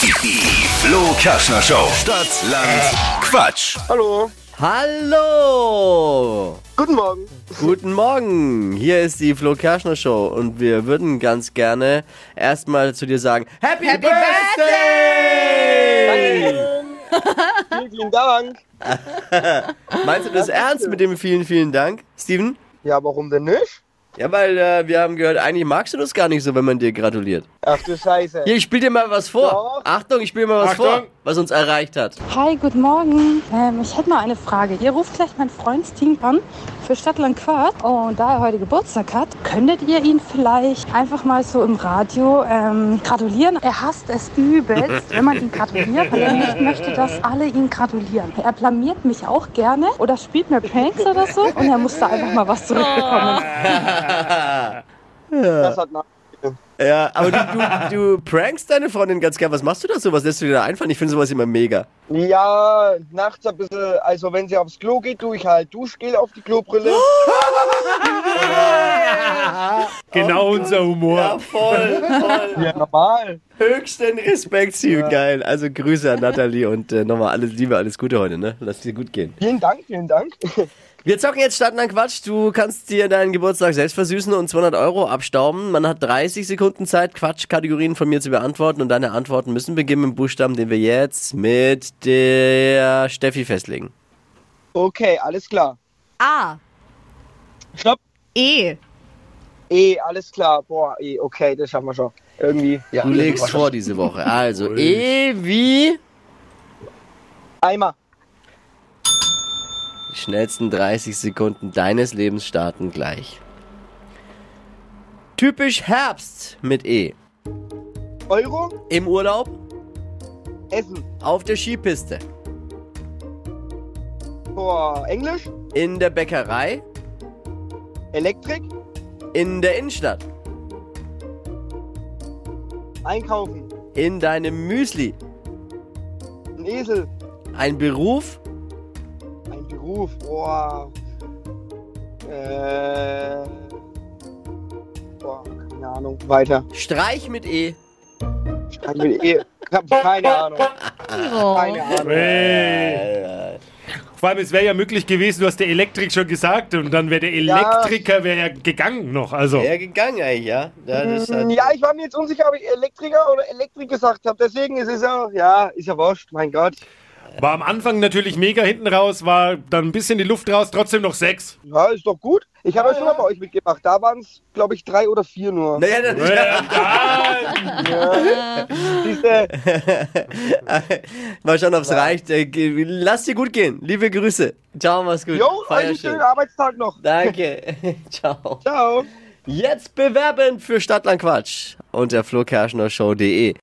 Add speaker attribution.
Speaker 1: Die Flo Kerschner Show. Stadt, Land, Quatsch.
Speaker 2: Hallo,
Speaker 3: Hallo!
Speaker 2: guten Morgen.
Speaker 3: Guten Morgen! Hier ist die Flo Kerschner Show und wir würden ganz gerne erstmal zu dir sagen: Happy, Birthday!
Speaker 2: Vielen, vielen Dank.
Speaker 3: Meinst du das ernst mit dem vielen, vielen Dank, Steven?
Speaker 2: Ja, warum denn nicht?
Speaker 3: Ja, weil äh, wir haben gehört, eigentlich magst du das gar nicht so, wenn man dir gratuliert.
Speaker 2: Ach du Scheiße.
Speaker 3: Hier, ich spiel dir mal was vor.
Speaker 2: Ja.
Speaker 3: Achtung, ich spiel mal was
Speaker 4: Achtung.
Speaker 3: vor, was uns erreicht hat.
Speaker 5: Hi, guten Morgen. Ähm, ich hätte mal eine Frage. Ihr ruft gleich meinen Freund Steen an für Stadtland Quart. Und da er heute Geburtstag hat, könntet ihr ihn vielleicht einfach mal so im Radio ähm, gratulieren. Er hasst es übelst, wenn man ihn gratuliert, weil er nicht möchte, dass alle ihn gratulieren. Er blamiert mich auch gerne oder spielt mir Pranks oder so. Und er muss da einfach mal was zurückbekommen.
Speaker 2: Das hat nach.
Speaker 3: Ja, aber du, du, du prankst deine Freundin ganz gern. Was machst du da so? Was lässt du dir da einfallen? Ich finde sowas immer mega.
Speaker 2: Ja, nachts ein bisschen, also wenn sie aufs Klo geht, tue ich halt Duschgel auf die Klobrille.
Speaker 4: Genau unser Humor.
Speaker 3: voll, voll.
Speaker 2: Ja, normal.
Speaker 3: Höchsten Respekt, Steven. Geil. Also Grüße an Nathalie und äh, nochmal alles Liebe, alles Gute heute, ne? Lass dir gut gehen.
Speaker 2: Vielen Dank, vielen Dank.
Speaker 3: Wir zocken jetzt statt an Quatsch. Du kannst dir deinen Geburtstag selbst versüßen und 200 Euro abstauben. Man hat 30 Sekunden Zeit, Quatschkategorien von mir zu beantworten und deine Antworten müssen beginnen mit dem Buchstaben, den wir jetzt mit der Steffi festlegen.
Speaker 2: Okay, alles klar.
Speaker 6: A.
Speaker 2: Stopp.
Speaker 6: E.
Speaker 2: Eh, alles klar. Boah, eh, okay, das schaffen wir schon. Irgendwie, ja.
Speaker 3: Du legst vor diese Woche. Also, E wie...
Speaker 2: Eimer.
Speaker 3: Die schnellsten 30 Sekunden deines Lebens starten gleich. Typisch Herbst mit E.
Speaker 2: Euro,
Speaker 3: Im Urlaub,
Speaker 2: Essen.
Speaker 3: auf der Skipiste,
Speaker 2: Boah, Englisch,
Speaker 3: in der Bäckerei,
Speaker 2: Elektrik,
Speaker 3: in der Innenstadt,
Speaker 2: Einkaufen,
Speaker 3: in deinem Müsli,
Speaker 2: ein Esel,
Speaker 3: ein Beruf,
Speaker 2: ein Beruf. Boah. Äh. Boah, keine Ahnung. Weiter.
Speaker 3: Streich mit E.
Speaker 2: Kann ich mir eh, ich hab keine Ahnung. Keine Ahnung.
Speaker 3: Äh,
Speaker 4: Hey. Vor allem, es wäre ja möglich gewesen, du hast der Elektrik schon gesagt und dann wäre der
Speaker 2: Ja.
Speaker 4: Elektriker wäre ja gegangen noch. Also,
Speaker 3: Ja, gegangen eigentlich, ja? ja das halt- hat-
Speaker 2: Ja, ich war mir jetzt unsicher, ob ich Elektriker oder Elektrik gesagt habe. Deswegen ist es ja, ja, ist ja wurscht, mein Gott.
Speaker 4: war am Anfang natürlich mega hinten raus, war dann ein bisschen die Luft raus, trotzdem noch sechs.
Speaker 2: Ja, ist doch gut. Ich habe ja schon mal bei euch mitgemacht. Da waren es, glaube ich, drei oder vier nur.
Speaker 3: Naja, das
Speaker 2: Siehste,
Speaker 3: Mal schauen, ob es reicht. Äh, ge- Lass dir gut gehen. Liebe Grüße. Ciao, mach's gut.
Speaker 2: jo, euch
Speaker 3: Feier
Speaker 2: einen
Speaker 3: schön.
Speaker 2: schönen Arbeitstag noch.
Speaker 3: Danke. Ciao.
Speaker 2: Ciao.
Speaker 3: Jetzt bewerben für Stadtland Quatsch unter flokerschnershow.de.